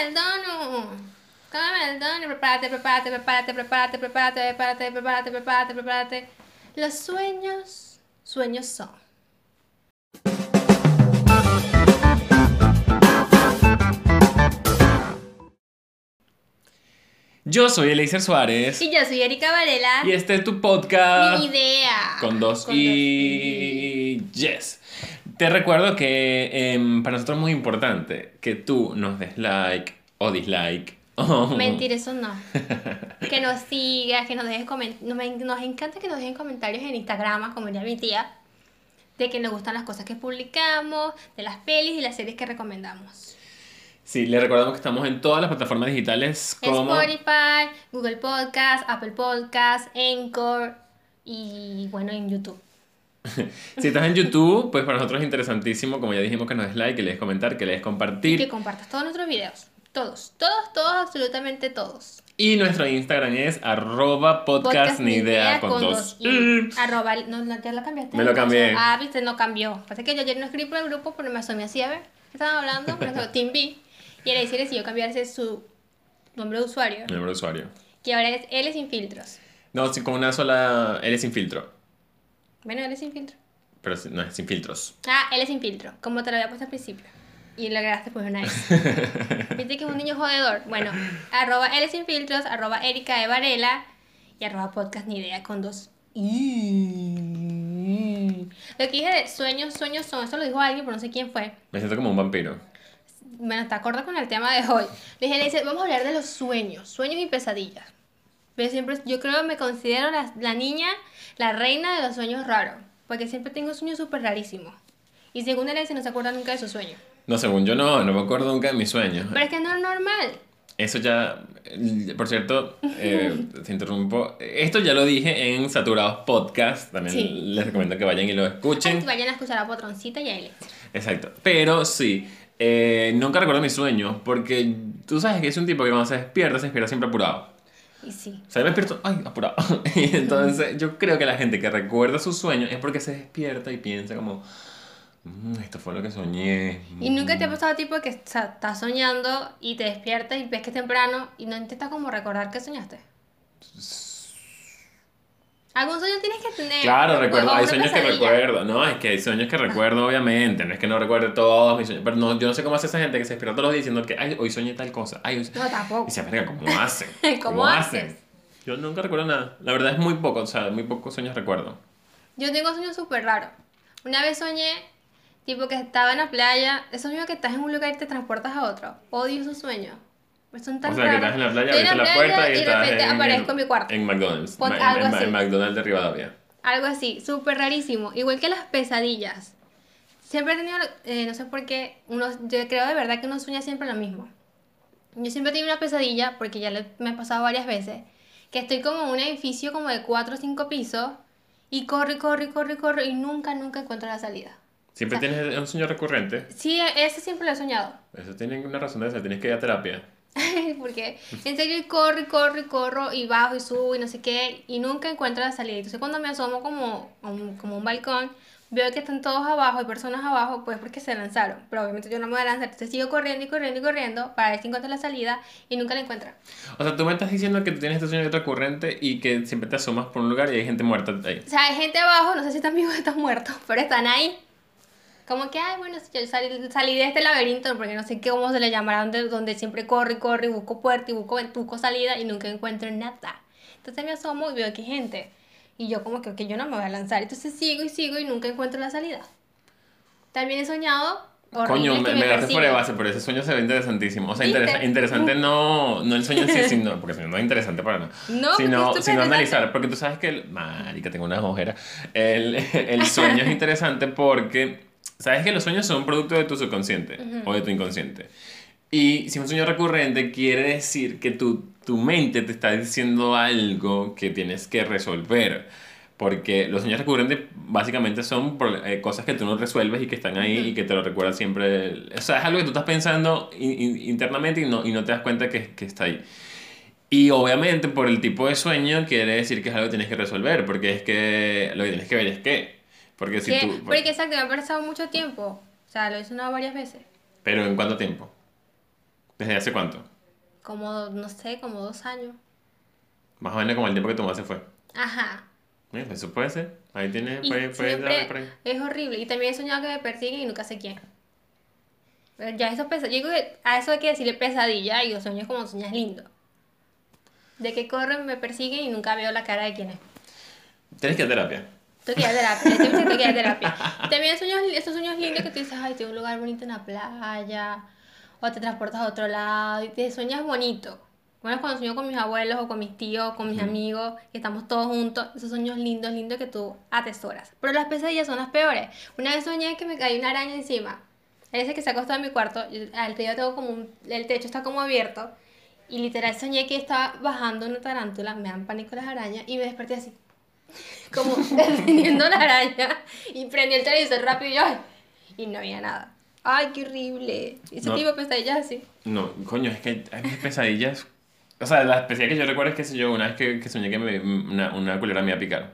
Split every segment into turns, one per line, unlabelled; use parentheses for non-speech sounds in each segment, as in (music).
el dono. Come el dono. Prepárate, prepárate, prepárate, prepárate, prepárate, prepárate, prepárate, prepárate, prepárate. Los sueños, sueños son.
Yo soy Eliezer Suárez
Y yo soy Erika Varela.
y este es tu podcast
Ni idea.
con dos y yes. Te recuerdo que em, para nosotros es muy importante que tú nos des like o dislike. (laughs)
Mentir, eso no. Que nos sigas, que nos dejes comentarios. Nos, nos encanta que nos dejen comentarios en Instagram, como ya mi tía, de que nos gustan las cosas que publicamos, de las pelis y las series que recomendamos.
Sí, le recordamos que estamos en todas las plataformas digitales como
Spotify, Google Podcast, Apple Podcast, Anchor y bueno, en YouTube.
si estás en YouTube, pues para nosotros es interesantísimo, como ya dijimos que nos des like, que le des comentar, que le des
Y que
compartir
compartas todos nuestros videos. Todos, todos, todos, absolutamente todos.
y nuestro Instagram es arroba podcast ni idea con dos i.
i. Arroba, no, no, ya lo cambiaste.
Me lo cambié.
Ah, viste, no cambió. Pasa que yo ayer no escribí por el grupo, pero me asomé así a ver qué estaban hablando. Pero
(laughs)
eso, Team B. Y era decir, decidió cambiarse su nombre de usuario,
Mi nombre de usuario.
que ahora es L sin filtros.
No, sí, con una sola. Él es sin filtro.
Bueno, L sin filtro.
Pero sí, no es sin filtros.
Ah, él es sin filtro, como te lo había puesto al principio. Y lo agregaste pues una vez. Viste que es un niño jodedor. Bueno, arroba él es sin filtros, arroba Erika de Varela y arroba podcast ni idea con dos. i. Lo que dije de sueños, sueños son, eso lo dijo alguien, pero no sé quién fue.
Me siento como un vampiro.
Bueno, está acorde con el tema de hoy. Le dije, le dice, vamos a hablar de los sueños, sueños y pesadillas. Pero siempre, yo creo que me considero la, la niña, la reina de los sueños raros. Porque siempre tengo sueños súper rarísimos. Y según él, dice, no se acuerda nunca de su sueño.
No, según yo no, no me acuerdo nunca de mis sueños.
Pero es que no es normal.
Eso ya. eh, Por cierto,
(laughs)
eh, te interrumpo. Esto ya lo dije en Saturados Podcast. También
Sí.
les recomiendo que vayan y lo
Ay,
escuchen.
Vayan a escuchar a Potroncita y a él.
Exacto. Pero sí, eh, nunca recuerdo mis sueños porque tú sabes que es un tipo que cuando se despierta, se despierta siempre apurado.
Y sí.
O sea, yo me despierto, ay, apurado. (laughs) Y entonces yo creo que la gente que recuerda sus sueños es porque se despierta y piensa como, "Mm, esto fue lo que soñé.
¿Y nunca te ha pasado tipo que sa- estás soñando y te despiertas y ves que es temprano y no intentas como recordar que soñaste? Algún sueño tienes que tener.
Claro,
O-
recuerdo,
o
hay
una
sueños que
pesadilla.
recuerdo, ¿no? Es que hay sueños que recuerdo, obviamente, no es que no recuerde todos mis sueños, pero no, yo no sé cómo hace esa gente que se despierta todos los días diciendo que, ay, hoy soñé tal cosa, ay, hoy soñé...
No, tampoco.
Y se verga, ¿cómo
(laughs)
hacen?
¿Cómo haces?
Yo nunca recuerdo nada, la verdad es muy poco, o sea, muy pocos sueños recuerdo.
Yo tengo sueños súper raros. Una vez soñé, tipo que estaba en la playa, esos sueños que estás en un lugar y te transportas a otro. Odio esos sueños. Pues Son tan
O sea, que
raros.
estás en la playa,
Estoy en
abriste la, puerta y,
de
estás
repente
en,
aparezco en mi cuarto.
En McDonald's,
Pon
ma- en,
algo
en-
así.
en McDonald's de Rivadavia.
Algo así, súper rarísimo. Igual que las pesadillas. Siempre he tenido, eh, no sé por qué, uno, yo creo de verdad que uno sueña siempre lo mismo. Yo siempre tengo una pesadilla, porque ya le- me ha pasado varias veces, que estoy como en un edificio como de 4 o 5 pisos y corro, y corro, y corro, y corro y nunca, nunca encuentro la salida.
Siempre tienes un sueño recurrente.
Sí, ese siempre lo he soñado.
Eso tiene una razón de ser, tienes que ir a terapia.
(laughs) Porque en serio y corro y corro y corro y bajo y subo y no sé qué y nunca encuentro la salida. Entonces cuando me asomo como a un, como a un balcón, veo que están todos abajo, hay personas abajo, pues porque se lanzaron. Pero obviamente yo no me voy a lanzar, entonces sigo corriendo y corriendo y corriendo para ver si encuentro la salida y nunca la encuentro.
O sea, tú me estás diciendo que tú tienes este sueño recurrente y que siempre te asomas por un lugar y hay gente muerta ahí.
O sea, hay gente abajo, no sé si están vivos o están muertos, pero están ahí. Como que, ay, bueno, si yo salí, salí de este laberinto, porque no sé qué, cómo se le llamará, donde, donde siempre corro y corro y busco puerta y busco, busco salida y nunca encuentro nada. Entonces me asomo y veo que hay gente. Y yo como que, ok, yo no me voy a lanzar. Entonces sigo y sigo y nunca encuentro la salida. También he soñado... horribles
Coño,
que
me, me agarraste fuera de
persiguen.
base, pero ese sueño se ve interesantísimo. O sea,
¿Viste?
interesa- interesante no, no el sueño en sí,
(laughs)
sino, porque si no, no es interesante para nada.
No,
sino,
porque es
sino
súper
analizar, porque tú sabes que, el, marica, tengo una ojera, el, (laughs) el sueño es interesante porque, sabes que los sueños son un producto de tu subconsciente o de tu inconsciente. Y si es un sueño recurrente, quiere decir que tu, tu mente te está diciendo algo que tienes que resolver. Porque los sueños recurrentes básicamente son pro- eh, cosas que tú no resuelves y que están ahí y que te lo recuerda siempre. el- o sea, es algo que tú estás pensando in- in- internamente y no, y no te das cuenta que, que está ahí. Y obviamente por el tipo de sueño quiere decir que es algo que tienes que resolver, porque es que lo que tienes que ver es qué. Porque si
Que-
tú... pues.
Porque exacto, me ha pasado mucho tiempo. O sea, lo he soñado varias veces.
Pero ¿en cuánto tiempo? ¿Desde hace cuánto?
Como, do- no sé, como dos años.
Más o menos como el tiempo que tu mamá se fue.
Ajá.
Mira, Eso puede ser. Ahí tiene.
Y
puede- puede
siempre
darle por ahí.
es horrible. Y también he soñado que me persiguen y nunca sé quién. Pero ya eso pesa. Yo digo que a eso hay que decirle pesadilla y los sueños como sueñas lindo. De que corren, me persiguen y nunca veo la cara de quién es.
Tienes que ir a terapia.
Tú quieres terapia, yo siempre que ir a terapia. Y También hay sueños, esos sueños lindos que tú dices, ay, tengo un lugar bonito en la playa, o te transportas a otro lado, y te sueñas bonito. Bueno, cuando sueño con mis abuelos, o con mis tíos, o con mis amigos, que estamos todos juntos, esos sueños lindos, lindos que tú atesoras. Pero las pesadillas son las peores. Una vez soñé que me cayó una araña encima. Hay veces que se acostó en mi cuarto, y al techo tengo como un- el techo está como abierto, y literal soñé que estaba bajando una tarántula, me dan pánico las arañas, y me desperté así (laughs) como defendiendo la araña y prendí el televisor rápido y yo, ay, y no había nada. Ay, qué horrible. Y Ese
No.
tipo de pesadillas así.
No, coño, es que hay- hay mis pesadillas. O sea, la pesadilla que yo recuerdo es que yo una vez que, que soñé que me, una, una culebra me iba a picar.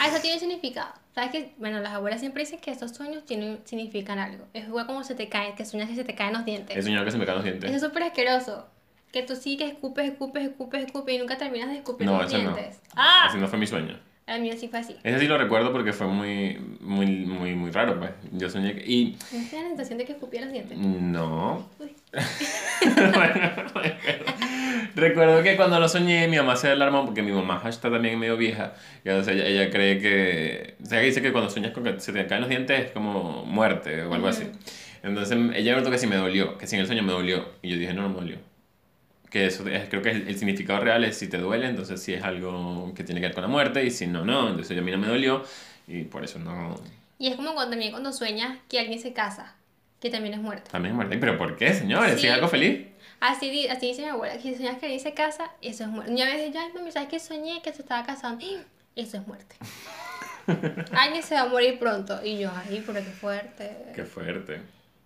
Ah, eso tiene significado. ¿Sabes que Bueno, las abuelas siempre dicen que esos sueños tienen, significan algo. Es igual como se te cae, que sueñas que se te caen los dientes.
He soñado que se me caen los dientes.
Eso Eh. es súper asqueroso. Que tú sí que escupes, escupes, escupes, escupes y nunca terminas de escupir
No,
los
eso no.
dientes. ¡Ah!
Así no fue mi sueño.
El mío sí fue así.
Ese sí lo recuerdo porque fue muy, muy, muy, muy raro, pues. Yo soñé que... Y...
¿No te da la sensación de que escupía los dientes?
No.
Uy.
(laughs) Bueno, pues, recuerdo que cuando lo soñé, mi mamá se alarmó porque mi mamá está también medio vieja. Y entonces ella, ella cree que... O sea, que dice que cuando sueñas con que se te caen los dientes es como muerte o algo así. Entonces ella me preguntó que si me dolió, que si en el sueño me dolió. Y yo dije, no, no me dolió. Que eso es- creo que el, el significado real es si te duele, entonces si es algo que tiene que ver con la muerte y si no, no. Entonces a mí no me dolió y por eso no...
Y es como cuando, también cuando sueñas que alguien se casa, que también es muerto.
También muerte. ¿Pero por qué, señores? Si
Sí.
es algo feliz.
Así, di- así dice mi abuela, que si sueñas que alguien se casa, eso es muerte. Una vez dije, ay, mami, ¿sabes qué? Soñé que se estaba casando. ¡Ah! Eso es
(laughs)
muerte. alguien se va a morir pronto. Y yo, ay, pero qué fuerte.
Qué fuerte.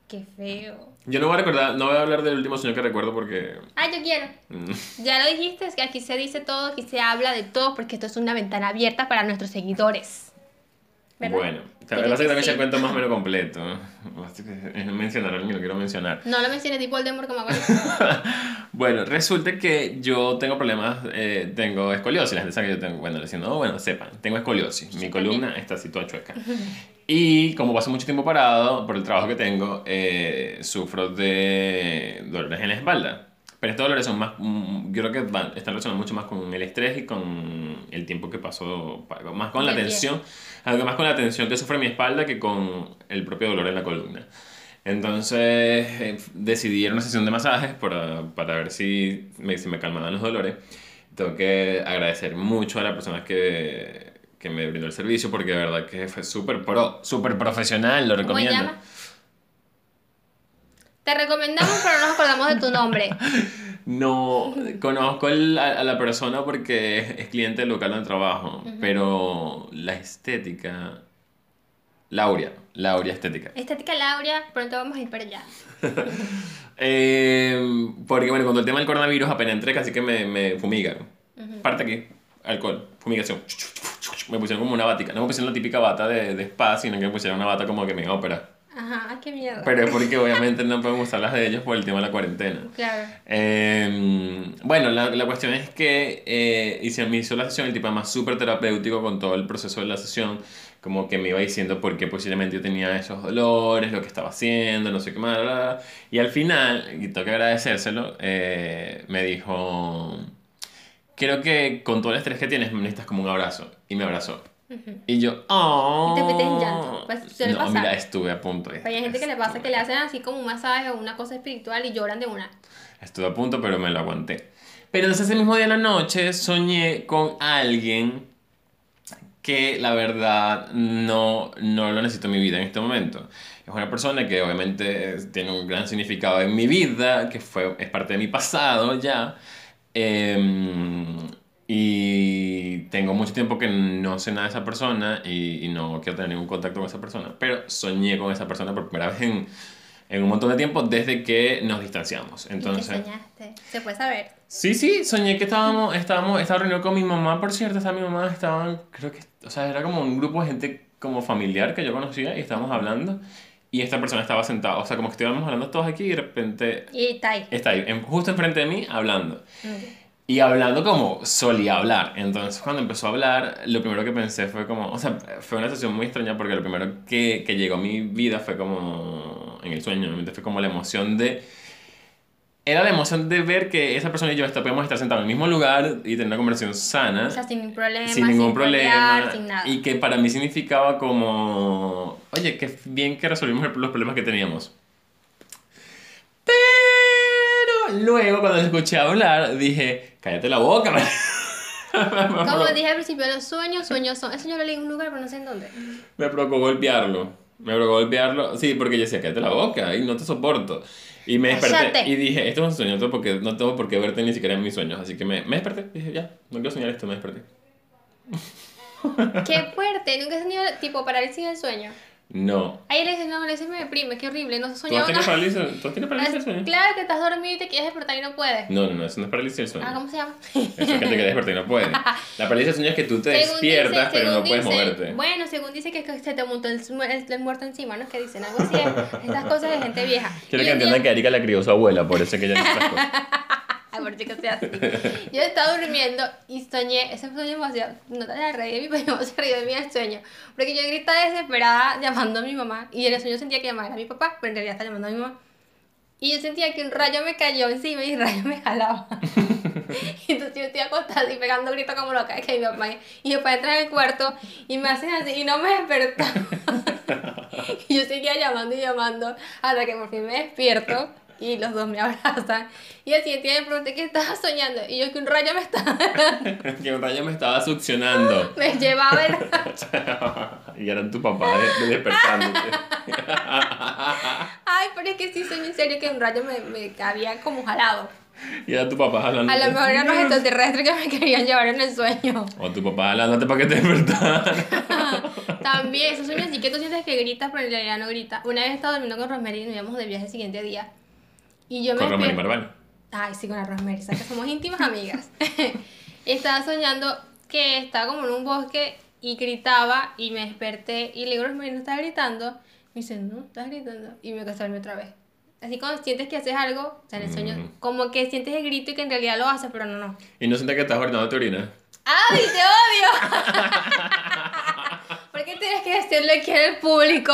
Qué feo.
Yo no voy a recordar, no voy a hablar del último sueño que recuerdo porque...
Ay, yo quiero.
mm,
Ya lo dijiste, es que aquí se dice todo, aquí se habla de todo, porque esto es una ventana abierta para nuestros seguidores. ¿Verdad?
Bueno, o sea,
Yo creo
verdad que
que
también se
sí.
cuento más o menos completo. (laughs) Así que, eh, Mencionar algo que no quiero mencionar.
No lo mencioné tipo Voldemort como abuelo.
Bueno, resulta que yo tengo problemas, eh, tengo escoliosis, la gente sabe que yo tengo, bueno, le diciendo, bueno, sepan, tengo escoliosis, mi
Sí,
columna está así toda chueca. Y como paso mucho tiempo parado por el trabajo que tengo, eh, sufro de dolores en la espalda. Pero estos dolores son más, mm, yo creo que van- están relacionados mucho más con el estrés y con el tiempo que paso, pa- más con la
Del día.
tensión, algo más con la tensión que sufre mi espalda que con el propio dolor en la columna. Entonces eh, decidí ir a una sesión de masajes para, para ver si me, si me calmaban los dolores. Tengo que agradecer mucho a la persona que, que me brindó el servicio porque de verdad que fue súper pro, súper profesional, lo
¿Cómo se
recomiendo.
llama? Te recomendamos, pero no nos acordamos de tu nombre.
No conozco el- a, a la persona porque es, es cliente del local donde trabajo, pero la estética... Lauria, Lauria Estética.
Estética Laura, pronto vamos a ir para allá.
Eh, porque bueno, con todo el tema del coronavirus apenas entré, casi que me, me fumigaron. Parte aquí, alcohol, fumigación. Me pusieron como una batica. No me pusieron la típica bata de, de spa, sino que me pusieron una bata como que me iba a operar.
Ajá, qué mierda.
Pero es porque obviamente no podemos usar las de ellos por el tema de la cuarentena.
Claro.
Eh, bueno, la, la cuestión es que eh, hice, me hizo la sesión, el tipo además súper terapéutico con todo el proceso de la sesión, como que me iba diciendo por qué posiblemente yo tenía esos dolores, lo que estaba haciendo, no sé qué más, bla, bla, bla. y al final, y tengo que agradecérselo, eh, me dijo, creo que con todo el estrés que tienes necesitas como un abrazo, y me abrazó. Y yo, "Oh".
Y te metiste en llanto, pues, suele
no,
pasar.
mira, estuve a punto. de-
Hay gente que le pasa que le hacen así como un masaje o una cosa espiritual y lloran de una.
Estuve a punto, pero me lo aguanté. Pero entonces ese mismo día en la noche soñé con alguien que la verdad no, no lo necesito en mi vida en este momento. Es una persona que obviamente eh, tiene un gran significado en mi vida, que fue, es parte de mi pasado ya. Em, y tengo mucho tiempo que no sé nada de esa persona y, y no quiero tener ningún contacto con esa persona. Pero soñé con esa persona por primera vez en, en un montón de tiempo desde que nos distanciamos. Entonces,
¿Y qué soñaste? Se puede saber.
Sí, sí, soñé que estábamos, estábamos, estaba reunido con mi mamá, por cierto, estaba mi mamá, estaban, creo que, o sea, era como un grupo de gente como familiar que yo conocía y estábamos hablando y esta persona estaba sentada. O sea, como que estuviéramos hablando todos aquí y de repente
Y está ahí. Mm.
está ahí, en- justo enfrente de mí, hablando. Y hablando como solía hablar. Entonces, cuando empezó a hablar, lo primero que pensé fue como. O sea, fue una sesión muy extraña porque lo primero que, que llegó a mi vida fue como. En el sueño, obviamente, fue como la emoción de. Era la emoción de ver que esa persona y yo está- podemos estar sentados en el mismo lugar y tener una conversación sana
O sea, sin ningún problema.
sin ningún problema.
pelear, sin nada.
Y que para mí significaba como, oye, qué bien que resolvimos el- los problemas que teníamos. Pero luego cuando lo escuché hablar, dije, cállate la boca. (laughs) man". me,
Como
pro-
dije al principio, los sueños, sueños son. Eso yo lo leí en un lugar, pero no sé en dónde.
me provocó golpearlo. Me provocó golpearlo. Sí, porque yo decía, cállate la boca y no te soporto. Y me desperté
Cállate.
y dije, esto es un sueño, no tengo por qué- no tengo por qué verte ni siquiera en mis sueños. Así que me, me desperté. Dije, ya, no quiero soñar esto, me desperté.
Qué fuerte, nunca he tenido tipo parálisis del sueño.
No.
Ahí le dicen, no, le dicen, me deprime, qué horrible, no se
¿Tú has
soñado
tenido
nada.
parálisis ¿tú has
(laughs)
tenido parálisis del sueño?
Pues, Claro que estás dormido y te quieres despertar y no puedes.
eh. No, no, no, eso no es parálisis del sueño.
Ah, ¿cómo se llama?
Eso es que te quedes despertar y
(laughs)
no puedes. La parálisis del sueño es que tú (laughs) te
Según
despiertas,
dice-
pero no
según
puedes
dice-
moverte.
Bueno, según dice que es que se te montó el, mu- el- el muerto encima, ¿no? Es que dicen algo así. es- Estas cosas de gente vieja. Y
Quiero que
un día-
entiendan que Erika la crió su abuela, por eso es que ella no está
(laughs) Ay, por si que sea así. Yo estaba durmiendo y soñé, ese sueño demasiado, no te la reí de mí, (laughs) pero yo se reí de mí del sueño. Porque yo gritaba desesperada llamando a mi mamá y en el sueño sentía que llamaba a mi papá, pero en realidad estaba llamando a mi mamá. Y yo sentía que un rayo me cayó encima y el rayo me jalaba. (laughs) Y entonces yo estoy acostada y pegando gritos como loca que mi papá y mi papá entra en el cuarto y me hacen así y no me despertaba. y (laughs) yo seguía llamando y llamando hasta que por fin me despierto y los dos me abrazan. Y al siguiente día me pregunté qué estaba soñando y yo que un rayo me estaba (laughs)
Que un rayo me estaba succionando.
me llevaba el (laughs) rayo.
y eran tu papá de- de despertándote.
(laughs) Ay, pero es que sí soñé en serio que un rayo me, me había como jalado.
Y era tu papá hablando.
A lo mejor eran los extraterrestres que me querían llevar en el sueño.
O tu papá hablándote para que te despertara.
También, esos sueños así que tú sientes que gritas, pero en realidad no gritas. Una vez estaba durmiendo con Rosemary y nos íbamos de viaje el siguiente día. Y yo me
Con Romario
despierto-
Marván.
Ay, sí, con la Rosemary, o sea, que somos (laughs) íntimas amigas. estaba soñando que estaba como en un bosque y gritaba y me desperté y le digo, Rosemary, ¿no estás gritando? Me dice, no, estás gritando. Y me casé otra vez. Así cuando sientes que haces algo, o sea, en el sueño,
Mm.
como que sientes el grito y que en realidad lo haces, pero no, no.
Y no sientes que estás ordenando tu orina.
¡Ay, te odio! (laughs) ¿Por qué tienes que decirlo aquí en el público?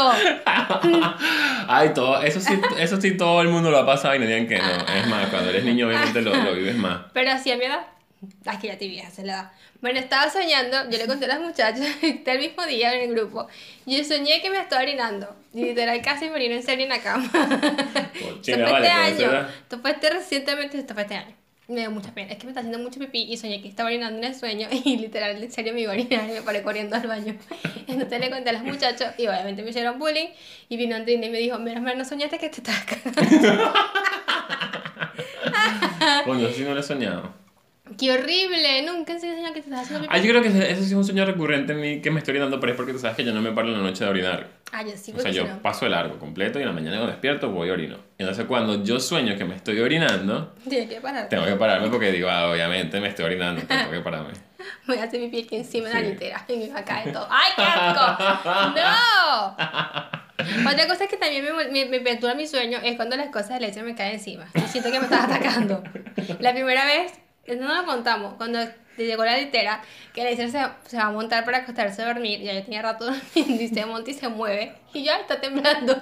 Ay, todo, eso sí, eso sí todo el mundo lo ha pasado y no digan que no. Es más, cuando eres niño obviamente lo, lo vives más.
Pero así a mi edad. Ay, que ya te vieja, se la da. Bueno, estaba soñando, yo le conté a las muchachas, (laughs) está el mismo día en el grupo. Yo soñé que me estaba orinando. Y literal casi me orino en serio en la cama. (laughs) Esto fue
Cochina,
este
vale, con esa
año.
edad.
Esto fue este recientemente, esto fue este año. Me dio mucha pena. Es que me está haciendo mucho pipí y soñé que estaba orinando en el sueño (laughs) y literal, en serio me iba a orinar y me paré corriendo al baño. (laughs) Entonces le conté a los muchachos y obviamente me hicieron bullying y vino Andrina y me dijo, menos mal no soñaste que te estás (laughs) cagando".
Coño, eso sí no lo he soñado.
¡Qué horrible! Nunca he soñado que te estás haciendo pipí.
Ah, yo creo que ese- eso sí es un sueño recurrente en mí que me estoy orinando, pero es porque tú sabes que yo no me paro en la noche de orinar.
Ah, yo sí,
O sea,
porque
yo
si no.
paso el largo completo y en la mañana cuando despierto voy y orino. Entonces cuando yo sueño que me estoy orinando,
Tienes que parar.
tengo que pararme porque digo, ah, obviamente me estoy orinando, (laughs) pero tengo que pararme.
Me voy a hacer pipí aquí encima de la
Sí.
litera y me va a caer todo. ¡Ay, qué
(laughs)
asco! ¡No! Otra cosa que también me, me, me perturba mi sueño es cuando las cosas de leche me caen encima. Y siento que me estás atacando. La primera vez, no lo contamos, cuando llegó la litera, que la leche se, se va a montar para acostarse a dormir, ya yo tenía rato (laughs) dormiendo y se monta y se mueve, y ya está temblando.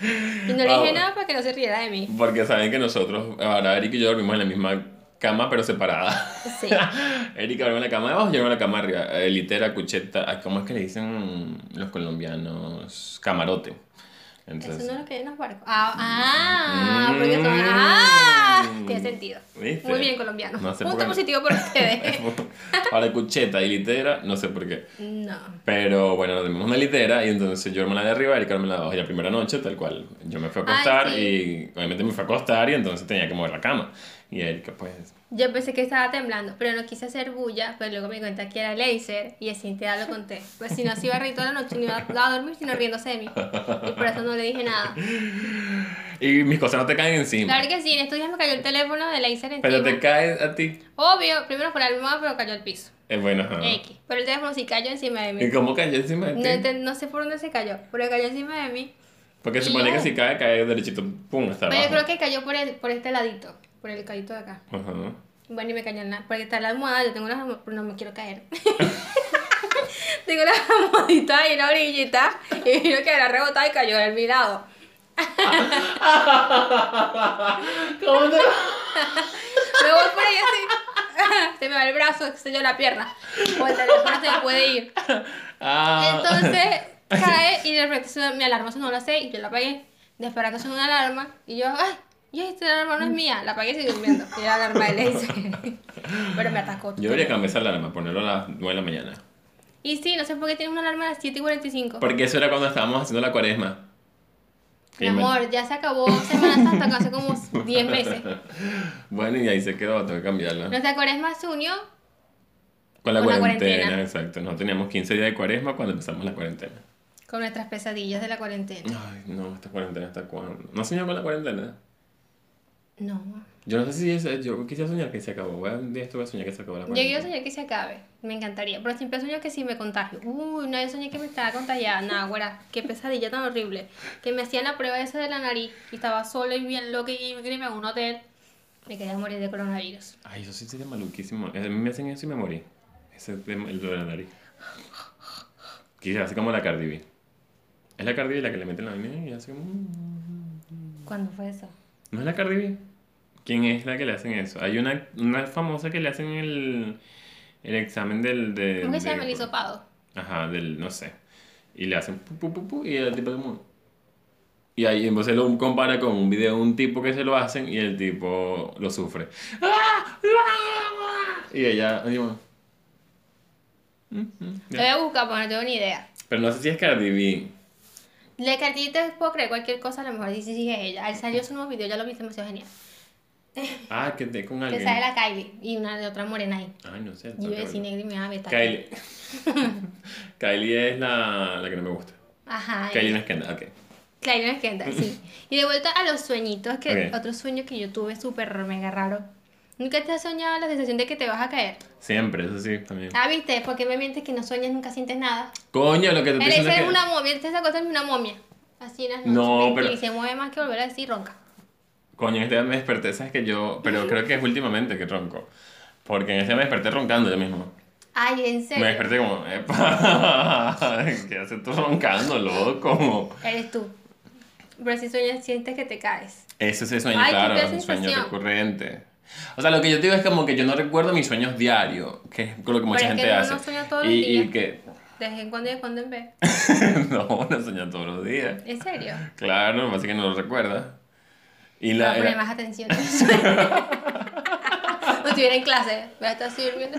(laughs)
Y no le
Ah,
dije
bueno.
nada para que no se riera de mí.
Porque saben que nosotros, ahora Eric y yo dormimos en la misma cama pero separada. (laughs)
Sí.
Erika duerme en la cama de abajo, yo duermo en la cama arriba. Eh, litera, cucheta, ah, ¿cómo es que le dicen los colombianos? Camarote. Entonces,
Eso no es lo que hay en los barcos. Ah, ah porque son.
Mm.
Ah, tiene sentido.
¿Viste?
Muy bien, colombiano.
No sé por
Punto
qué no.
positivo
(laughs)
por ustedes.
Ahora cucheta y litera, no sé por qué.
no.
Pero bueno, nos dimos una litera y entonces yo me la de arriba, Erika me la de abajo. Y la primera noche, tal cual, yo me fui a
Ay,
acostar
sí.
y obviamente me fui a acostar y entonces tenía que mover la cama. Y Erika, pues,
Yo pensé que estaba temblando, pero no quise hacer bulla, pero luego me di cuenta que era laser y así te lo conté. Pues si no, se iba a reír toda la noche, ni iba a dormir, sino riéndose de mí. Y por eso no le dije nada.
y mis cosas no te caen encima.
Claro que sí, en estos días me cayó el teléfono de laser encima.
pero te cae a ti.
Obvio, primero fue la almohada, pero cayó al piso.
Es bueno, ajá.
X. Pero el teléfono sí cayó encima de mí.
¿Y cómo cayó encima de ti?
No, enten- no sé por dónde se cayó, pero cayó encima de mí.
Porque
Y
supone que
no.
si cae, cae derechito, pum, hasta
Pero
abajo.
yo creo que cayó por, el, por este ladito, por el cadito de acá.
Ajá.
Bueno, y me cayó en la. Porque está la almohada, yo tengo una. almo- No me quiero caer. (laughs) tengo la almohadita y una orillita. Y vino que era rebotada y cayó en mi lado.
¿Cómo te
Me voy por ahí así. (laughs) se me va el brazo, se yo la pierna. O el teléfono se me puede ir.
Ah.
Entonces cae y de repente se- mi alarma sonó a las 6 y yo la apagué. Después que sonó una alarma y yo, ay, ya esta alarma no es mía. La apagué y seguí durmiendo. Y era la alarma de Lazy. (laughs) Pero me atacó.
(laughs) Yo debería cambiar esa alarma, ponerlo a las 9 de la mañana.
Y sí, no sé por qué tiene una alarma a las 7 y 45.
Porque eso era cuando estábamos haciendo la cuaresma.
Mi
Y me-
amor, ya se acabó Semana Santa hace como 10 meses.
Bueno, y ahí se quedó, tengo que cambiarla.
Nuestra cuaresma se unió.
Con la
Con la
cuarentena,
cuarentena.
exacto. No teníamos 15 días de cuaresma cuando empezamos la cuarentena.
Con nuestras pesadillas de la cuarentena.
Ay, no, esta cuarentena está cuando. ¿No soñó con la cuarentena?
No.
Yo no sé si es, yo quisiera soñar que se acabó. Voy a- Un día estuve a soñar que se acabó la
Yo quiero
cuarentena.
soñar que se acabe. Me encantaría. Pero siempre sueño que sí me contagio. Uy, una vez soñé que me estaba contagiada. Nah, güera, qué pesadilla tan horrible. Que me hacían la prueba esa de la nariz. Y estaba sola y bien loca y me quería ir a un hotel. Me quería morir de coronavirus.
Ay, eso sí sería maluquísimo. A mí me hacen eso y me morí. Ese es el dolor de la nariz. Quisiera hacer como la Cardi B. Es la Cardi B la que le meten la vaina y hace como... mm.
¿Cuándo fue eso?
¿No es la Cardi B? ¿Quién es la que le hacen eso? Hay una, una famosa que le hacen el, el examen del... De,
¿Cómo que se
de-
llama el hisopado?
Ajá, del... no sé. Y le hacen... pu, pu, pu, pu, y el tipo como... Y ahí entonces lo compara con un video de un tipo que se lo hacen y el tipo lo sufre. ¡Ah! ¡Ah! Y ella... y yo, "Mm, mm,
Lo
ya".
voy a buscar porque no tengo ni idea.
Pero no sé si es Cardi B.
Le cartita puedo creer cualquier cosa. A lo mejor dice sí es ella. Él salió su nuevo video, ya lo viste, demasiado genial.
Ah, que te con
Que
alguien.
sale la Kylie y una de otra morena ahí.
Ay, no sé.
Yo
tengo
iba a
que
decir
verlo.
negra y me va a vetar.
Kylie.
(laughs)
Kylie es la, la que no me gusta.
Ajá.
Kylie no es Kendall, ok.
Claro, es que
(laughs)
sí. Y de vuelta a los sueñitos, que
Ok.
otro sueño que yo tuve súper mega raro. ¿Nunca te has soñado la sensación de que te vas a caer?
Siempre, eso sí, también.
Ah, ¿viste? Porque me mientes que no sueñas, nunca sientes nada.
Coño, lo que te
Él
estoy diciendo
dice
es
es
que-
una momia, te cosa es una momia. Así en las
No,
noches,
pero-
Y se mueve más que volver a decir ronca.
Coño, en este día me desperté, sabes que yo... Pero creo que es últimamente que ronco. Porque en este día me desperté roncando yo mismo.
Ay, en
Me
serio.
desperté como... "Epa, (laughs) ¿Qué haces tú roncando, loco?
Eres tú. Pero si sueñas, sientes que te caes.
Eso es el sueño,
Ay, qué
claro,
fea
es un sueño
sensación.
recurrente. O sea, lo que yo te digo es como que yo no recuerdo mis sueños diarios, que es lo que mucha
es que
gente
uno
hace.
no sueña todos los
y, y
días.
que... (laughs)
De vez en cuando y de cuando en vez.
no, no sueño todos los días.
En serio.
Claro, lo que pasa es que no lo recuerda. Y
Voy a
la,
poner
era-
más atención. (laughs) no estuviera en clase. Voy a estar así durmiendo.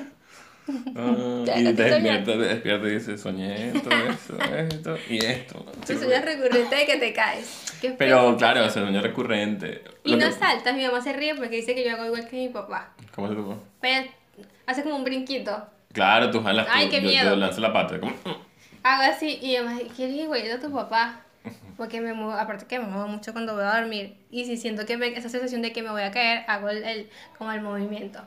Ah,
(laughs) Ya,
y
no
te
te soñé.
despierta, te despierta y dice, soñé esto, esto, esto y esto.
Tu sueño recurrente de que te caes. Qué feo.
Pero claro, es un sueño recurrente.
Y
Lo
no
que-
saltas, mi mamá se ríe porque dice que yo hago igual que mi papá.
¿Cómo se tuvo?
Pero hace como un brinquito.
Claro, tú jalas, tú,
Ay, qué
yo, yo
miedo.
lanzo la pata. como-
Hago así y además, ¿quieres igualito a tu papá? Porque me muevo, aparte que me muevo mucho cuando voy a dormir. Y si siento que me- esa sensación de que me voy a caer, hago el, el- como el movimiento.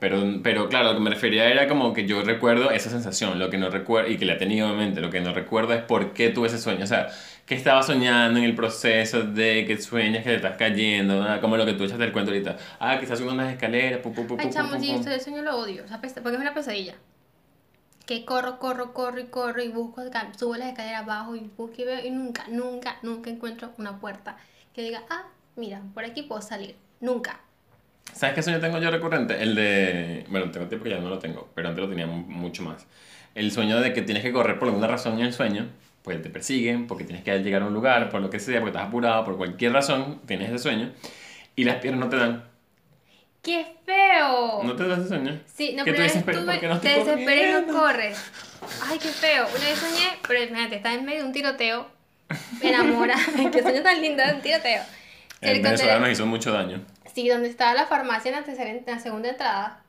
Pero, pero claro, lo que me refería era como que yo recuerdo esa sensación, lo que no recuerdo, y que la he tenido en mente, lo que no recuerdo es por qué tuve ese sueño, o sea, que estaba soñando en el proceso de que sueñas que te estás cayendo, ¿no? como lo que tú echaste el cuento ahorita, ah, que estás subiendo unas escaleras, pu, pu, pu,
Ay,
pu,
chamo,
pu,
sí,
pu.
esto- el sueño lo odio. o sea, pesa- porque es una pesadilla. Que corro, corro, corro y corro y busco, acá, subo las escaleras abajo y busco y veo y nunca, nunca, nunca encuentro una puerta que diga, ah, mira, por aquí puedo salir. Nunca.
¿Sabes qué sueño tengo yo recurrente? El de. Bueno, tengo tiempo que ya no lo tengo, pero antes lo tenía mu- mucho más. El sueño de que tienes que correr por alguna razón en el sueño, pues te persiguen, porque tienes que llegar a un lugar, por lo que sea, porque estás apurado, por cualquier razón, tienes ese sueño, y las piernas no te dan.
¡Qué feo!
¿No te dan ese sueño?
Sí, no,
Que
pero
tú
una
dices,
vez
"Pero, ¿por qué no
tuve,
estoy
te desesperas y no
corriendo?"
corres. Ay, qué feo. Una vez soñé, pero imagínate, estaba en medio de un tiroteo. Me enamora. (laughs) qué sueño tan lindo de un tiroteo.
El
Cerca de-
venezolano nos hizo mucho daño.
Sí, donde estaba la farmacia en la, tercera, en la segunda entrada.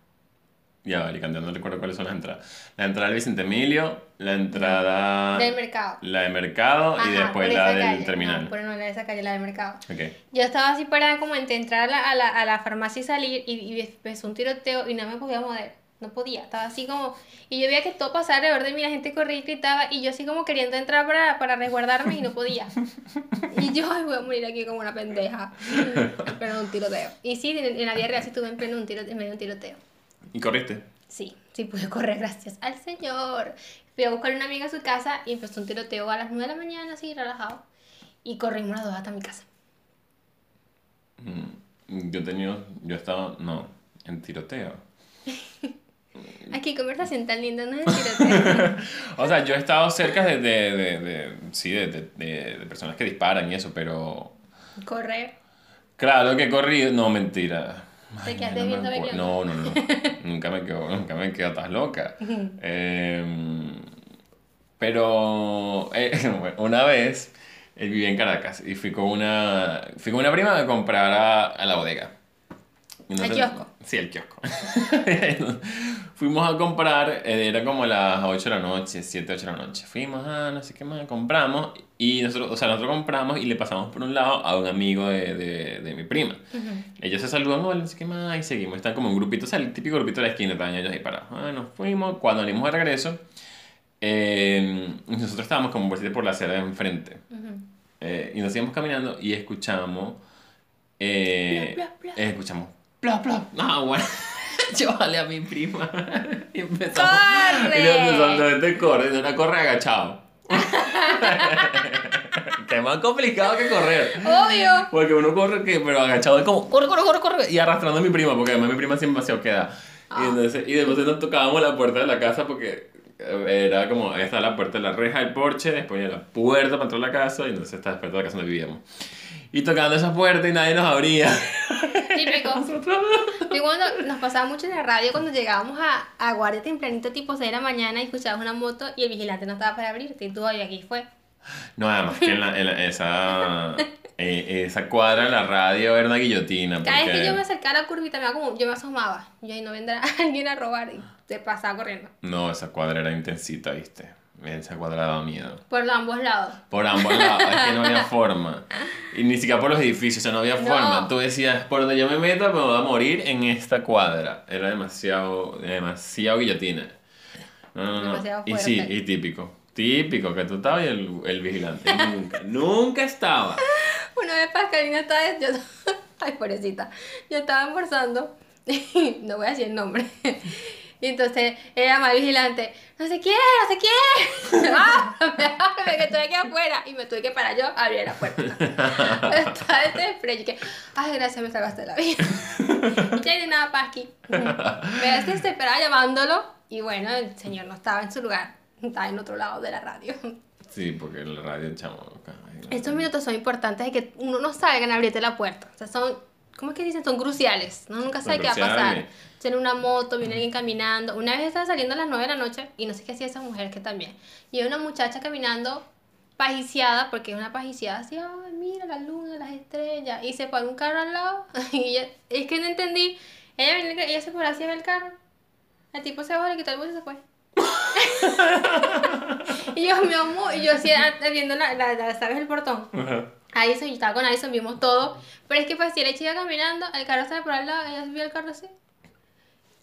Ya, vale, Candela, no recuerdo cuáles son las entradas. La entrada del Vicente Emilio, la entrada.
Del mercado.
La de mercado y
Ajá, por
después
esa
la del
calle.
terminal.
No, pero no, la de esa calle, la del mercado.
Ok.
Yo estaba así parada como entre entrar a la, a la, a la farmacia y salir y, y ves- ves un tiroteo y no me podía mover. no podía, estaba así como, y yo veía que todo pasaba alrededor de mí, la gente corría y gritaba, y yo así como queriendo entrar para, para resguardarme y no (laughs) podía. Y yo, ay, voy a morir aquí como una
(laughs)
pendeja, pero un tiroteo. Y sí, en, en la vida real sí estuve en pleno un tiroteo, en medio de un tiroteo.
¿Y corriste?
Sí, sí pude correr, (laughs) gracias al señor. Fui a buscar a una amiga a su casa y empezó un tiroteo a las 9 de la mañana, así, relajado, y corrimos las dos hasta mi casa.
Mm, Yo tenía, yo estaba, no, en tiroteo.
Aquí, conversación tan linda, no es el tiroteo.
(laughs) O sea, yo he estado cerca de, de, de- de- sí, de, de- de- de personas que disparan y eso, pero
Correr.
claro que he corrido, no, mentira.
Te quedaste
no, me
viendo
acuerdo.
Big
no, no, no, nunca me quedo, nunca me quedo, estás loca. Em, pero eh, (laughs) bueno, una vez eh, vivía en Caracas y fui con una, fui con una prima a comprar a, a la bodega. Y
Al kiosco.
Sí, el kiosco. (laughs) Fuimos a comprar, eh, era como las 8 de la noche, 7, 8 de la noche. Fuimos a no sé qué más, compramos y nosotros, o sea, nosotros compramos y le pasamos por un lado a un amigo de, de, de mi prima. Ellos se saludan, hola, no sé qué más, y seguimos. Están como un grupito, o sea, el típico grupito de la esquina, estaban ellos ahí parados. Ah, nos fuimos, cuando venimos de regreso, eh, nosotros estábamos como por por la acera de enfrente. Eh, y nos íbamos caminando y escuchamos. eh,
Plop, plop, plop.
eh, escuchamos. Plop, plop. No, bueno. (laughs) Yo vale a mi prima. y empezamos.
¡Corre!
Y empezamos a este corre. Y una corre agachado. (laughs) que más complicado que correr.
Obvio.
Porque uno corre, que, pero agachado es como, corre, corre, corre, corre. Y arrastrando a mi prima, porque además mi prima siempre se queda.
Ah.
Y, entonces, y después nos tocábamos la puerta de la casa porque eh, era como, esta la puerta de la reja del porche, después era la puerta para entrar a la casa, y entonces esta puerta de la casa donde vivíamos. Y tocando esa puerta y nadie nos abría.
(laughs)
(laughs)
Típico. Y cuando nos pasaba mucho en la radio cuando llegábamos a, a guardia tempranito, tipo 6 de la mañana, y escuchabas una moto y el vigilante no estaba para abrirte. Y tú, ay, aquí fue.
No, además que en, la- en la-
(laughs)
esa, eh, esa cuadra en la radio era una guillotina. Porque...
Cada vez Ah, que yo me acercaba a la curvita, me daba como, yo me asomaba. Y ahí no vendrá (laughs) alguien a robar. Y te pasaba corriendo.
No, esa cuadra era intensita, viste. Esa cuadra daba miedo.
Por los ambos lados.
Por ambos lados, es que no había forma. Y ni siquiera por los edificios, o sea, no había
No.
forma. Tú decías, por donde yo me meta, pues me voy a morir en esta cuadra. Era demasiado, demasiado guillotina. No, no, no.
Demasiado
y sí,
fuerte.
y típico. Típico, que tú estabas y el,
(laughs)
el vigilante. Nunca, nunca estaba.
Una vez Pascalina estaba, yo, (laughs) ay pobrecita, yo estaba almorzando, (laughs) no voy a decir el nombre, (laughs) y entonces ella más vigilante, no sé quién, no sé (laughs) Ah, quién, ábrame, ábrame, que estoy aquí afuera, y me tuve que parar yo, a abrir la puerta. estaba desesperada, y que, ay gracias, me salvaste la vida. y ya de nada, Pasqui, me desesperaba llamándolo, y bueno, el señor no estaba en su lugar, estaba en otro lado de la radio.
Sí, porque en la radio, chamo. ay, no.
Estos minutos son importantes de que uno no salga en abrirte la puerta. O sea, son, ¿cómo es que dicen? Son cruciales. No nunca
Son
sabe qué va a pasar.
cruciales.
Tiene una moto, viene alguien caminando. Una vez estaba saliendo a las 9 de la noche y no sé qué hacía esa mujer que también. Y hay una muchacha caminando pajiciada, porque es una pajiciada así, ay, mira la luna, las estrellas. Y se paró un carro al lado. (laughs) Y ella- es que no entendí. Ella, venía- ella se paró así en el carro. El tipo se bajó, le quitó el bolso y se fue. (laughs) y yo, mi amor, y yo así viendo la, la, la- ¿sabes? El portón.
Ajá.
Addison, yo estaba con Addison, vimos todo. Pero es que fue así, la chica caminando, el carro se le paró al lado, ella subió el carro así.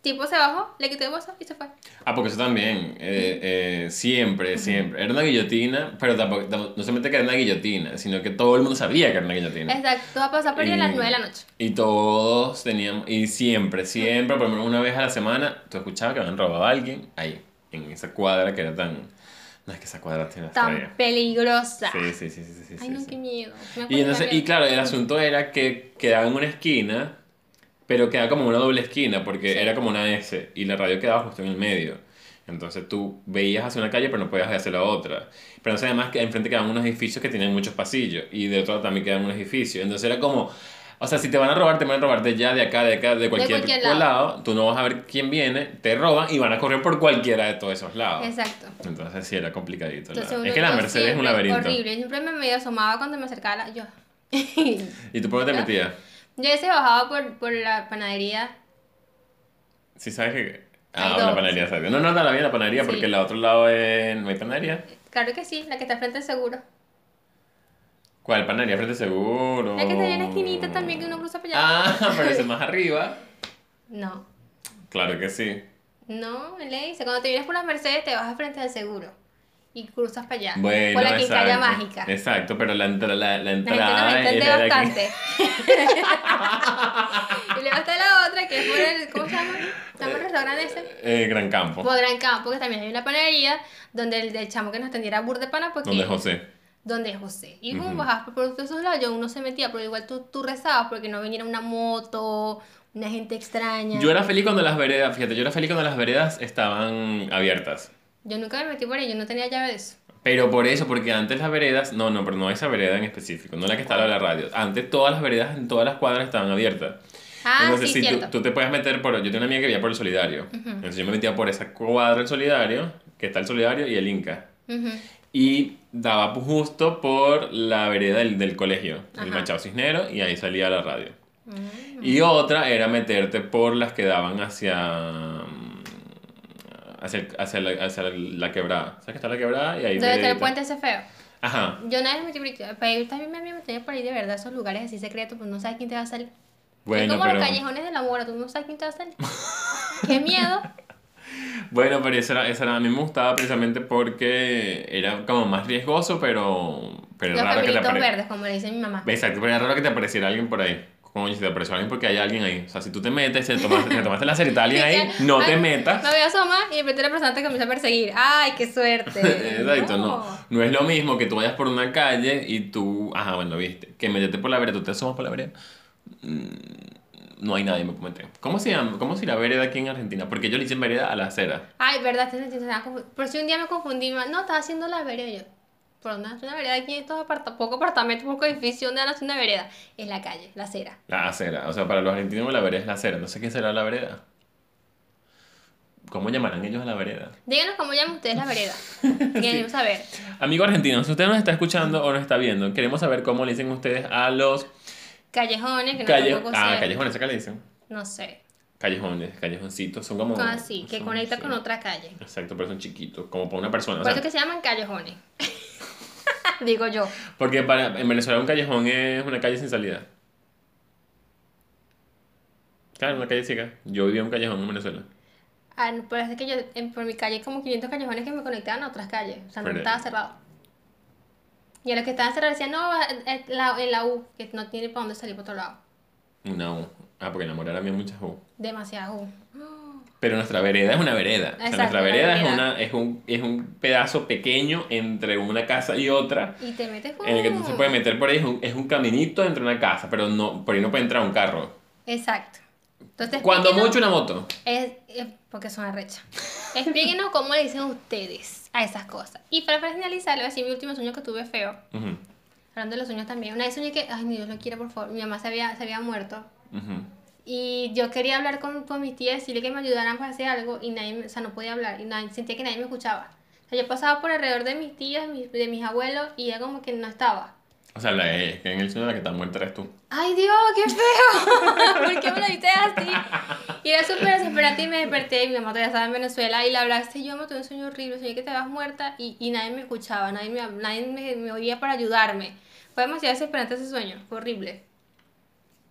Tipo se bajó, le quitó el bolso y se fue.
Ah, porque eso también. eh, eh, siempre, siempre. Era una guillotina, pero tampoco, tam- no solamente que era una guillotina, sino que todo el mundo sabía que era una guillotina.
Exacto, va a pasar por ahí a las 9 de la noche.
Y todos teníamos, y siempre, siempre, por lo menos una vez a la semana, tú escuchabas que habían robado a alguien ahí, en esa cuadra que era tan. No es que esa cuadra tiene
Tan peligrosa.
Sí, sí, sí, sí, sí. sí,
Ay, no,
sí.
qué miedo. Me acuerdo
Y, entonces,
también.
y claro, el asunto era que quedaba en una esquina, pero quedaba como una doble esquina, porque
Sí.
era como una S, y la radio quedaba justo en el medio. Entonces tú veías hacia una calle, pero no podías ver hacia la otra. Pero entonces además que enfrente quedaban unos edificios que tenían muchos pasillos, y de otro lado también quedaban unos edificios. Entonces era como, o sea, si te van a robar, te van a robar de allá, de acá, de acá, de cualquier,
cualquier
lado.
lado.
Tú no vas a ver quién viene, te roban y van a correr por cualquiera de todos esos lados.
Exacto.
Entonces sí, era complicadito. la-
Entonces uno-
Es que la
yo
Mercedes es un
siempre-
laberinto.
Horrible, yo siempre me medio asomaba cuando me acercaba la... yo. (laughs) yo
¿Y tú por dónde te
¿Ya?
metías?
a veces bajaba por, por la panadería
Sí, sabes que.
Hay
Ah,
dos.
la panadería, ¿sabes? No, no, no, la mía la panadería,
Sí.
porque la otro lado es. ¿No hay panadería?
Claro que sí, la que está frente al seguro.
¿Cuál panadería? Frente seguro.
La que está allá en la esquinita también, (laughs) que uno cruza para allá.
Ah, pero ese es más arriba.
No,
Claro que sí.
No, él le dice, cuando te vienes por las Mercedes te vas frente al seguro y cruzas para allá.
Bueno,
por la quincalla
exacto.
mágica.
Exacto, pero la, entra- la, la
La gente
entrada
nos entiende
era de que-
bastante.
(laughs)
y luego está la otra que es por el, ¿cómo se llama? ¿Se llama el restaurante ese?
Eh, Gran Campo,
Por Gran Campo, que también hay una panadería donde el, el chamo que nos atendiera burde pana porque...
donde José.
donde es José. Y como
Ujú.
bajabas por todos esos lados, yo uno se metía, pero igual tú, tú rezabas porque no viniera una moto, una gente extraña.
Yo era feliz cuando las veredas, fíjate, yo era feliz cuando las veredas estaban abiertas.
Yo nunca me metí por ahí, yo no tenía llave de eso.
Pero por eso, porque antes las veredas, no, no, pero no esa vereda en específico, no la que está al lado de la radio. Antes todas las veredas en todas las cuadras estaban abiertas.
Ah,
Entonces,
sí,
si tú,
cierto.
tú te puedes meter por. Yo tenía una amiga que vivía por el Solidario. Entonces, yo me metía por esa cuadra del Solidario, que está el Solidario y el Inca.
Ujú.
Y daba justo por la vereda del, del colegio, el
Ajá. Mm.
Machado Cisnero, y ahí salía la radio. Y otra era meterte por las que daban hacia. mm, hacia, el- hacia la, hacia la quebrada. ¿Sabes que está la quebrada? Y ahí.
Entonces el
veredita.
puente ese feo.
Ajá.
Yo una vez me metí por ahí, pero yo también me había metido por ahí de verdad, esos lugares así secretos, pues no sabes quién te va a salir. es
Bueno,
como
pero.
los callejones de la mora, tú no sabes quién te va a
(laughs)
salir. ¡Qué miedo!
Bueno, pero esa era, esa era, a mí me gustaba precisamente porque era como más riesgoso, pero, pero
Los
raro que te
caminitos
apareciera.
verdes, como le dice mi mamá.
Exacto, pero era raro que te apareciera alguien por ahí. Coño, si te apareció alguien porque hay alguien ahí. O sea, si tú te metes, te tomaste, te tomaste la cerita a alguien ahí, no te
Ay,
metas.
Me voy a asomar y de repente la persona te comienza a perseguir. ¡Ay, qué
(laughs)
suerte!
Exacto, no. No es lo mismo que tú vayas por una calle y tú, ajá, bueno, viste, que meterte por la vereda, tú te asomas por la vereda. Mm, No hay nadie, me comenté. ¿Cómo se llama? ¿Cómo si la vereda aquí en Argentina? Porque ellos le dicen vereda a la acera.
Ay, verdad, te sentí- te estaba confu- Por si un día me confundí, mi mamá, no, estaba haciendo la vereda. y Yo, por una, una vereda aquí en estos aparta, poco apartamentos, poco edificio, ¿dónde van a hacer una vereda? Es la calle, la acera.
La acera, o sea, para los argentinos la vereda es la acera, no sé qué será la vereda. ¿Cómo llamarán ellos a la vereda?
Díganos cómo llaman ustedes la
(laughs)
vereda. Queremos saber.
Amigo argentino, si usted nos está escuchando o nos está viendo, queremos saber cómo le dicen ustedes a los
Callejones, que no
calles...
tampoco
Ah,
sé.
callejones, acá le dicen.
No sé.
Callejones, callejoncitos, son como...
Son así, Ah, que
son-
conecta con
sí.
otra calle.
Exacto, pero son chiquitos, como para una persona. o
Por eso
sea,
que se llaman callejones. (laughs) Digo yo.
Porque para, en Venezuela un callejón es una calle sin salida. Claro, una calle ciega. Yo vivía en un callejón en Venezuela.
Ah, no, pero es que yo, en- por mi calle hay como 500 callejones que me conectaban a otras calles. O sea, no
Pero-
estaba cerrado. Y a los que estaban cerrados decían, no, va- eh, la, en la U, que no tiene para dónde salir por otro lado.
Una U. Ah, porque enamorar había muchas U.
Demasiado U.
Pero nuestra vereda es una vereda. O sea,
Exacto,
nuestra
la
vereda es,
vereda.
una, es, un, es un pedazo pequeño entre una casa y otra.
Y te metes
En el que tú se
uh,
puedes meter por ahí. Es un, es un caminito entre una casa, pero no, por ahí no puede entrar un carro.
Exacto. Entonces,
Cuando
explíquenos-
mucho una moto.
Es, es porque son arrecha. Explíquenos cómo le dicen ustedes a esas cosas. Y para finalizar, le voy a decir mi último sueño que tuve feo.
Ujú,
Hablando de los sueños también. Una vez soñé que, ay, ni Dios lo quiera, por favor. Mi mamá se había, se había muerto.
ujú.
Y yo quería hablar con, con mis tías, decirle que me ayudaran para hacer algo y nadie, me- o sea, no podía hablar y nadie, sentía que nadie me escuchaba. O sea, yo pasaba por alrededor de mis tías, de mis, de mis abuelos y ya como que no estaba.
O sea, la, es que en el sueño la que está muerta eres tú.
¡Ay, Dios, qué feo! (laughs) ¿Por qué me lo viste así? Y era súper desesperante y me desperté y mi mamá todavía estaba en Venezuela y la hablaste y yo me tuve un sueño horrible, soñé que te vas muerta y, y nadie me escuchaba, nadie, me, nadie me, me oía para ayudarme. Fue demasiado desesperante ese sueño, fue horrible.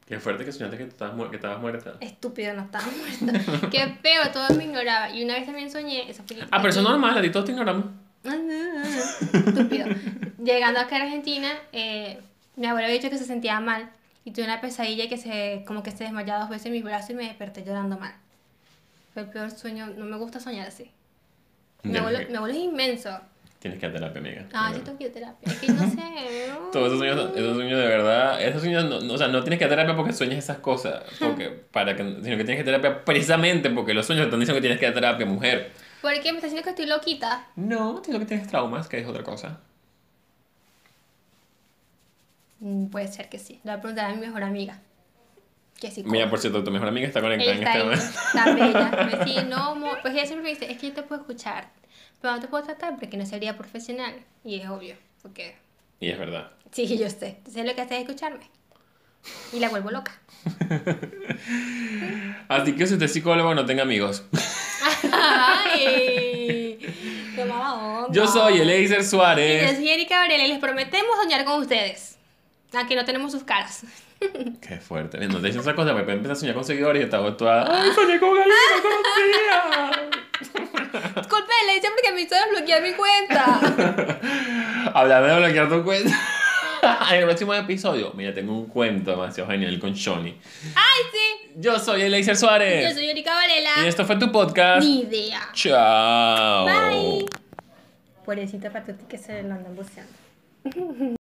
Qué fuerte que soñaste que, tú estabas, mu- que estabas muerta.
Estúpido, no estaba
(laughs)
muerta. Qué feo, todo me ignoraba. Y una vez también soñé, eso fue-
Ah, pero eso es normal, a ti todos te ignoramos.
Estúpido. Llegando acá a Argentina, eh, mi abuela había dicho que se sentía mal y tuve una pesadilla que se, como que se desmayaba dos veces en mis brazos y me desperté llorando mal. Fue el peor sueño, no me gusta soñar así. Mi
Ya,
abuelo,
porque
mi abuelo es inmenso.
Tienes que dar terapia, amiga.
Ah, yo
Bueno.
tengo que ir a terapia. Es que no sé.
(laughs) Todos esos sueños, esos sueños de verdad, esos sueños, no, no, o sea, no tienes que terapia porque sueñas esas cosas, porque, para que, sino que tienes que terapia precisamente porque los sueños te están diciendo que tienes que terapia, mujer.
¿Por qué me está diciendo que estoy loquita?
No, tú lo que tienes es traumas, que es otra cosa.
Mm, puede ser que sí. Le voy a preguntar a mi mejor amiga. Que sí.
Mira, por cierto, tu mejor amiga está conectada
Ella
en
está
este
ahí,
momento. (laughs)
está bella. (laughs) Me dice, no, amor, pues ella siempre me dice, es que yo te puedo escuchar, pero no te puedo tratar porque no sería profesional. Y es obvio, porque
Y es verdad.
sí, yo sé. Entonces lo que hace es escucharme. Y la vuelvo loca.
Así que si usted es psicólogo, no tenga amigos.
(laughs) ¡Ay! ¡Qué mala onda!
Yo soy
Y
Eliezer
Yo
Suárez.
soy Erika Aurelia y les prometemos soñar con ustedes. Aquí no tenemos sus caras.
Qué fuerte. No te dicen esa cosa, porque empiezas a soñar con seguidores y estaba toda. ¡Ay, soñé con alguien que
no conocía! Disculpe, le dicen porque me hizo desbloquear mi (laughs) cuenta.
(laughs) Hablando de bloquear tu cuenta. (laughs) en el próximo episodio, mira, tengo un cuento demasiado genial con Shoni.
¡Ay, sí!
Yo soy Eleiser Suárez.
Yo soy Erika Varela.
Y esto fue tu podcast.
Ni idea.
Chao.
Bye. Pobrecita patota que se lo andan buceando.